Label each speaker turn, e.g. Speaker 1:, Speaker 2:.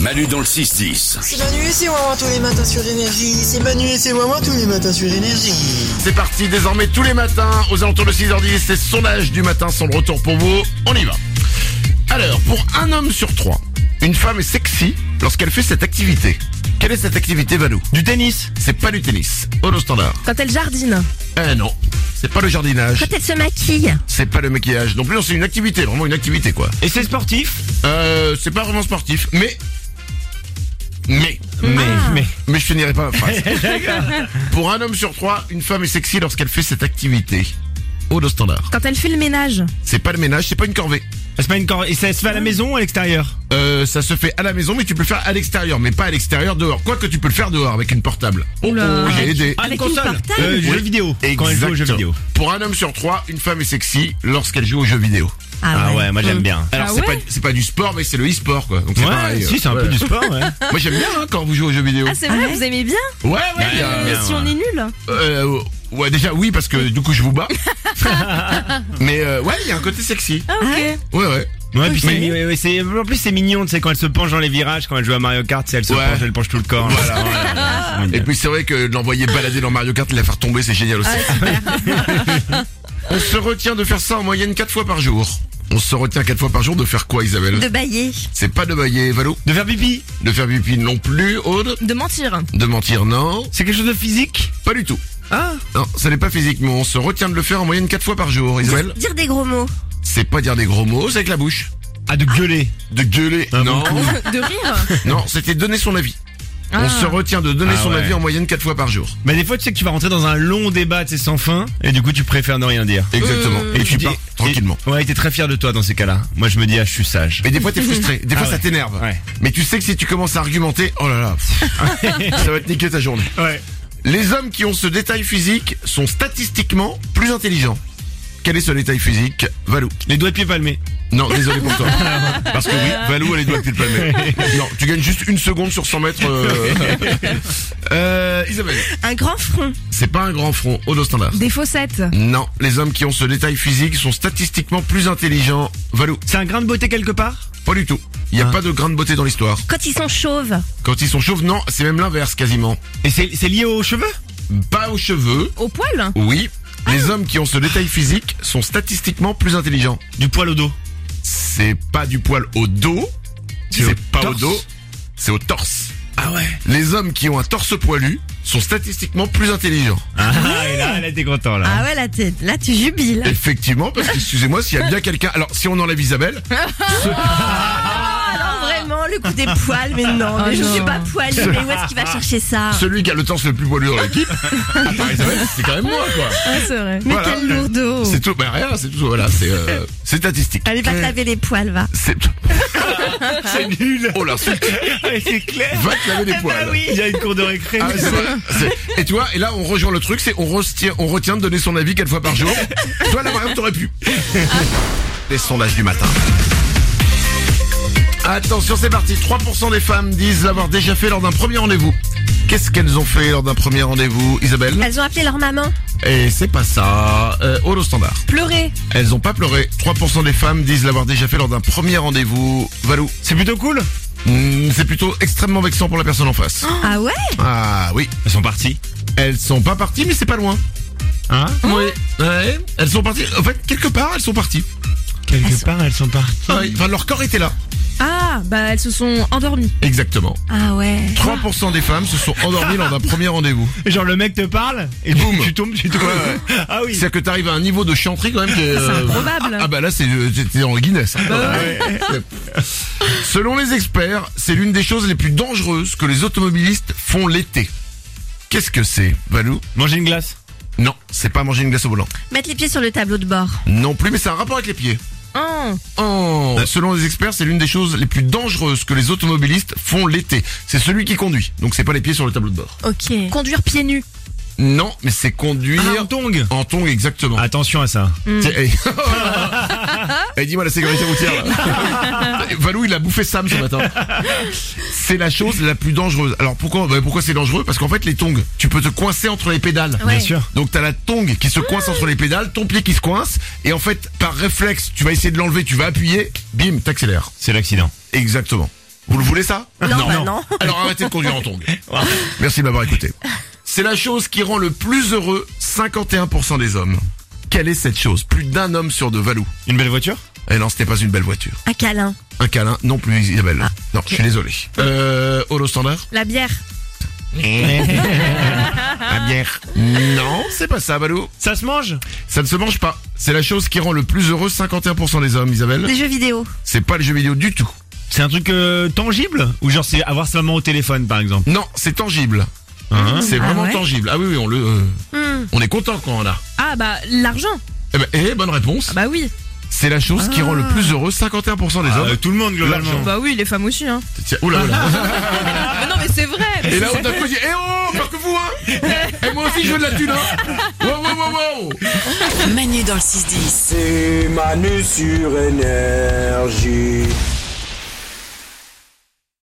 Speaker 1: Manu dans le 6-10.
Speaker 2: C'est Manu et c'est Wawa tous les matins sur Énergie. C'est Manu et c'est Wawa tous les matins sur Énergie.
Speaker 3: C'est parti désormais tous les matins aux alentours de 6h10. C'est sondage du matin sans le retour pour vous. On y va. Alors, pour un homme sur trois, une femme est sexy lorsqu'elle fait cette activité. Quelle est cette activité, Valou Du tennis C'est pas du tennis. Au standard.
Speaker 4: Quand elle jardine,
Speaker 3: Eh non, c'est pas le jardinage.
Speaker 4: quand elle se maquille,
Speaker 3: C'est pas le maquillage. Non plus, non, c'est une activité, vraiment une activité quoi.
Speaker 5: Et c'est sportif
Speaker 3: Euh, c'est pas vraiment sportif, mais... Mais...
Speaker 5: Mais,
Speaker 6: Ah.
Speaker 5: mais.
Speaker 3: Mais je finirai pas ma phrase. Pour un homme sur trois, une femme est sexy lorsqu'elle fait cette activité. Au dos standard.
Speaker 4: quand elle fait le ménage,
Speaker 3: C'est pas le ménage, c'est pas une corvée.
Speaker 5: C'est pas une corvée. Et ça se fait à la maison ou à l'extérieur
Speaker 3: Euh, ça se fait à la maison, mais tu peux le faire à l'extérieur, mais pas à l'extérieur dehors. Quoi que tu peux le faire dehors avec une portable. Oh,
Speaker 4: Oula.
Speaker 3: oh,
Speaker 5: Ah,
Speaker 3: j'ai aidé.
Speaker 4: Avec une portable
Speaker 5: euh, du
Speaker 3: Oui.
Speaker 5: jeu vidéo. Quand elle joue au jeu
Speaker 3: Exactement.
Speaker 5: vidéo.
Speaker 3: Pour un homme sur trois, une femme est sexy lorsqu'elle joue aux jeux vidéo.
Speaker 5: Ah ouais, moi j'aime
Speaker 4: Mm.
Speaker 5: bien.
Speaker 3: Alors
Speaker 4: Ah
Speaker 3: c'est
Speaker 4: ouais
Speaker 3: pas c'est pas du sport, mais c'est le e-sport quoi. Donc c'est
Speaker 5: Ouais,
Speaker 3: pareil. euh,
Speaker 5: si, c'est un
Speaker 3: Ouais.
Speaker 5: peu du sport, ouais.
Speaker 3: Moi j'aime bien hein, quand vous jouez aux jeux vidéo.
Speaker 6: Ah, c'est vrai, vous aimez bien
Speaker 3: ouais ouais.
Speaker 5: Ouais,
Speaker 3: euh,
Speaker 5: j'aime Ah, bien,
Speaker 6: Si on
Speaker 5: ouais.
Speaker 6: est nul
Speaker 3: Euh, ouais, déjà oui parce que du coup je vous bats. Mais euh, ouais, il y a un côté sexy.
Speaker 6: Ah, ok.
Speaker 3: Ouais ouais.
Speaker 5: Ouais, puis c'est, ouais, ouais, c'est- en plus c'est mignon, tu sais, quand elle se penche dans les virages, quand elle joue à Mario Kart, si elle se
Speaker 3: Ouais.
Speaker 5: penche, elle penche tout le corps.
Speaker 3: Voilà.
Speaker 5: C'est mignon.
Speaker 3: Et puis c'est vrai que de l'envoyer balader dans Mario Kart, de la faire tomber, c'est génial aussi. On se retient de faire ça en moyenne 4 fois par jour. On se retient 4 fois par jour de faire quoi Isabelle
Speaker 4: de bailler,
Speaker 3: C'est pas de bailler, Valo
Speaker 5: De faire pipi,
Speaker 3: De faire pipi non plus, Aude
Speaker 4: de mentir,
Speaker 3: De mentir non
Speaker 5: c'est quelque chose de physique
Speaker 3: Pas du tout.
Speaker 5: Ah
Speaker 3: Non, ça n'est pas physique, mais on se retient de le faire en moyenne 4 fois par jour, Isabelle.
Speaker 4: dire des gros mots,
Speaker 3: C'est pas dire des gros mots, c'est avec la bouche.
Speaker 5: Ah, de gueuler.
Speaker 3: De gueuler.
Speaker 5: Ah,
Speaker 3: non,
Speaker 5: beaucoup.
Speaker 4: de rire,
Speaker 3: non, c'était donner son avis. On se retient de donner
Speaker 5: Ah
Speaker 3: son
Speaker 5: ouais.
Speaker 3: avis en moyenne 4 fois par jour.
Speaker 5: Bah des fois tu sais que tu vas rentrer dans un long débat, tu sais, sans fin, et du coup tu préfères ne rien dire.
Speaker 3: Exactement. Et tu
Speaker 5: Euh, dis-
Speaker 3: pars tranquillement.
Speaker 5: et- ouais, t'es très fier de toi dans ces cas-là. Moi je me dis, ah, je suis sage.
Speaker 3: Mais des fois t'es frustré, des fois
Speaker 5: Ah
Speaker 3: ça
Speaker 5: ouais.
Speaker 3: t'énerve.
Speaker 5: Ouais.
Speaker 3: Mais tu sais que si tu commences à argumenter, oh là là, pff, ça va te niquer ta journée.
Speaker 5: Ouais.
Speaker 3: Les hommes qui ont ce détail physique sont statistiquement plus intelligents. Quel est ce détail physique Valou.
Speaker 5: Les doigts de pied palmés.
Speaker 3: Non, désolé pour toi. Parce que oui, Valou elle est doigts de pied de palmer. Non, tu gagnes juste une seconde sur 100 mètres. euh. Euh, Isabelle.
Speaker 4: un grand front,
Speaker 3: C'est pas un grand front, au dos standard.
Speaker 4: des faussettes,
Speaker 3: Non, les hommes qui ont ce détail physique sont statistiquement plus intelligents. Valou,
Speaker 5: C'est un grain de beauté quelque part
Speaker 3: pas du tout. Il n'y
Speaker 5: Ah.
Speaker 3: a pas de grande beauté dans l'histoire.
Speaker 4: quand ils sont chauves,
Speaker 3: Quand ils sont chauves, non, c'est même l'inverse quasiment.
Speaker 5: Et c'est c'est lié aux cheveux
Speaker 3: Pas aux cheveux,
Speaker 4: au poil,
Speaker 3: oui. Les hommes qui ont ce détail physique sont statistiquement plus intelligents.
Speaker 5: Du poil au dos.
Speaker 3: C'est pas du poil au dos,
Speaker 5: au
Speaker 3: c'est pas au
Speaker 5: torse
Speaker 3: dos, c'est au torse.
Speaker 5: Ah ouais.
Speaker 3: Les hommes qui ont un torse poilu sont statistiquement plus intelligents.
Speaker 5: Ah, et là, là, t'es content là.
Speaker 6: Ah ouais, là, t'es- là tu
Speaker 5: Ah.
Speaker 6: jubiles.
Speaker 3: Effectivement, parce que excusez-moi, s'il y a bien quelqu'un... Alors, si on enlève Isabelle,
Speaker 6: Ah, vraiment, le coup des poils, mais non, mais
Speaker 4: Oh
Speaker 6: je
Speaker 4: non.
Speaker 6: suis pas poilée, mais où est-ce qu'il va chercher ça
Speaker 3: celui qui a le torse le plus poilu dans l'équipe,
Speaker 5: Ah.
Speaker 3: à part Isabelle, c'est quand même moi, quoi.
Speaker 6: Ah,
Speaker 4: c'est vrai.
Speaker 6: Mais
Speaker 3: Voilà.
Speaker 6: quel lourdeau
Speaker 5: Oh.
Speaker 3: C'est tout, bah rien, c'est tout, voilà, c'est euh, c'est statistique.
Speaker 6: Allez, va te laver les poils, va.
Speaker 3: C'est
Speaker 5: c'est nul.
Speaker 3: Oh l'insulte,
Speaker 5: c'est clair. Ah, bah
Speaker 3: va te
Speaker 5: Eh ben
Speaker 3: laver les poils.
Speaker 5: Il y a une cour de récré.
Speaker 3: Ah, c'est vrai. C'est- Et tu vois, et là on rejoint le truc, c'est on retient, on retient de donner son avis quatre fois par jour. Toi là par exemple t'aurais pu. Les sondages du matin. Attention c'est parti, 3% des femmes disent l'avoir déjà fait lors d'un premier rendez-vous. Qu'est-ce qu'elles ont fait lors d'un premier rendez-vous, Isabelle
Speaker 6: Elles ont appelé leur maman.
Speaker 3: Et c'est pas ça. Euh, holo standard.
Speaker 6: Pleurer.
Speaker 3: Elles ont pas pleuré. 3% des femmes disent l'avoir déjà fait lors d'un premier rendez-vous. Valou,
Speaker 5: C'est plutôt cool.
Speaker 3: Hmm, c'est plutôt extrêmement vexant pour la personne en face.
Speaker 6: Ah ouais
Speaker 3: Ah oui.
Speaker 5: Elles sont parties.
Speaker 3: Elles sont pas parties, mais c'est pas loin.
Speaker 5: Hein
Speaker 3: Oui. Ouais. Elles sont parties. En fait, quelque part, elles sont parties.
Speaker 5: Quelque part, elles sont parties.
Speaker 3: Ah oui. Enfin, leur corps était là.
Speaker 4: Ah, bah elles se sont endormies.
Speaker 3: Exactement.
Speaker 6: Ah ouais.
Speaker 3: 3% des femmes se sont endormies lors d'un premier rendez-vous.
Speaker 5: Genre le mec te parle et
Speaker 3: Boum.
Speaker 5: tu, tu tombes, tu tombes.
Speaker 3: Ouais,
Speaker 5: Ah oui.
Speaker 3: C'est-à-dire que t'arrives à un niveau de chanterie quand même qui est, euh,
Speaker 4: improbable.
Speaker 3: Ah bah là, c'est euh, t'es- t'es en Guinness. hein. Selon les experts, c'est l'une des choses les plus dangereuses que les automobilistes font l'été. Qu'est-ce que c'est, Valou
Speaker 5: Manger une glace.
Speaker 3: Non, c'est pas manger une glace au volant.
Speaker 6: Mettre les pieds sur le tableau de bord.
Speaker 3: Non plus, mais c'est un rapport avec les pieds.
Speaker 4: Oh,
Speaker 3: Oh, selon les experts, c'est l'une des choses les plus dangereuses que les automobilistes font l'été. C'est celui qui conduit, donc c'est pas les pieds sur le tableau de bord.
Speaker 6: Ok.
Speaker 4: conduire pieds nus.
Speaker 3: Non, mais c'est conduire
Speaker 5: Un tong.
Speaker 3: Ah, en Ah. tongs exactement.
Speaker 5: Attention à ça.
Speaker 3: Tiens, hey. Hey, Eh, dis-moi la sécurité routière. là. Valou, il a bouffé Sam ce matin. C'est la chose la plus dangereuse. Alors pourquoi bah, pourquoi c'est dangereux Parce qu'en fait les tongs, tu peux te coincer entre les pédales.
Speaker 5: Bien sûr.
Speaker 3: Donc t'as la tongue qui se coince entre les pédales, ton pied qui se coince, et en fait par réflexe, tu vas essayer de l'enlever, tu vas appuyer, bim, t'accélères.
Speaker 5: C'est l'accident.
Speaker 3: Exactement. Vous le voulez ça
Speaker 6: Non, bah non.
Speaker 3: Alors arrêtez de conduire en tongs. Merci de m'avoir écouté. C'est la chose qui rend le plus heureux 51% des hommes. Quelle est cette chose Plus d'un homme sur deux, Valou.
Speaker 5: Une belle voiture
Speaker 3: Eh non, c'était pas une belle voiture.
Speaker 6: Un câlin.
Speaker 3: Un câlin, non plus Isabelle.
Speaker 6: Ah.
Speaker 3: non, je suis désolé. Euh, holo standard
Speaker 4: La bière.
Speaker 6: Eh,
Speaker 5: La bière.
Speaker 3: Ah. Non, c'est pas ça, Valou.
Speaker 5: Ça se mange
Speaker 3: Ça ne se mange pas. C'est la chose qui rend le plus heureux 51% des hommes, Isabelle.
Speaker 6: Des jeux vidéo.
Speaker 3: C'est pas les jeux vidéo du tout.
Speaker 5: C'est un truc euh, tangible Ou genre c'est avoir sa maman au téléphone par exemple
Speaker 3: Non, c'est tangible. Hein, c'est
Speaker 6: Ah
Speaker 3: vraiment
Speaker 6: ouais Hmm.
Speaker 3: tangible. Ah oui, oui, on le, euh, on est content quand on l'a.
Speaker 4: Ah bah l'argent.
Speaker 3: Eh, ben, eh, bonne réponse.
Speaker 4: Ah bah oui.
Speaker 3: C'est la chose qui rend le plus heureux 51% des hommes.
Speaker 5: Euh, Tout le monde globalement.
Speaker 4: Bah oui, les femmes aussi hein.
Speaker 3: Ah,
Speaker 4: Ah,
Speaker 3: Tiens, oula, oula.
Speaker 4: Mais non mais c'est vrai.
Speaker 3: Et là, on t'a dit, eh oh, pas que vous, hein Et moi aussi, je veux de la thune, hein Wow, wow, wow, wow
Speaker 1: Manu dans le 6-10.
Speaker 7: C'est Manu sur énergie.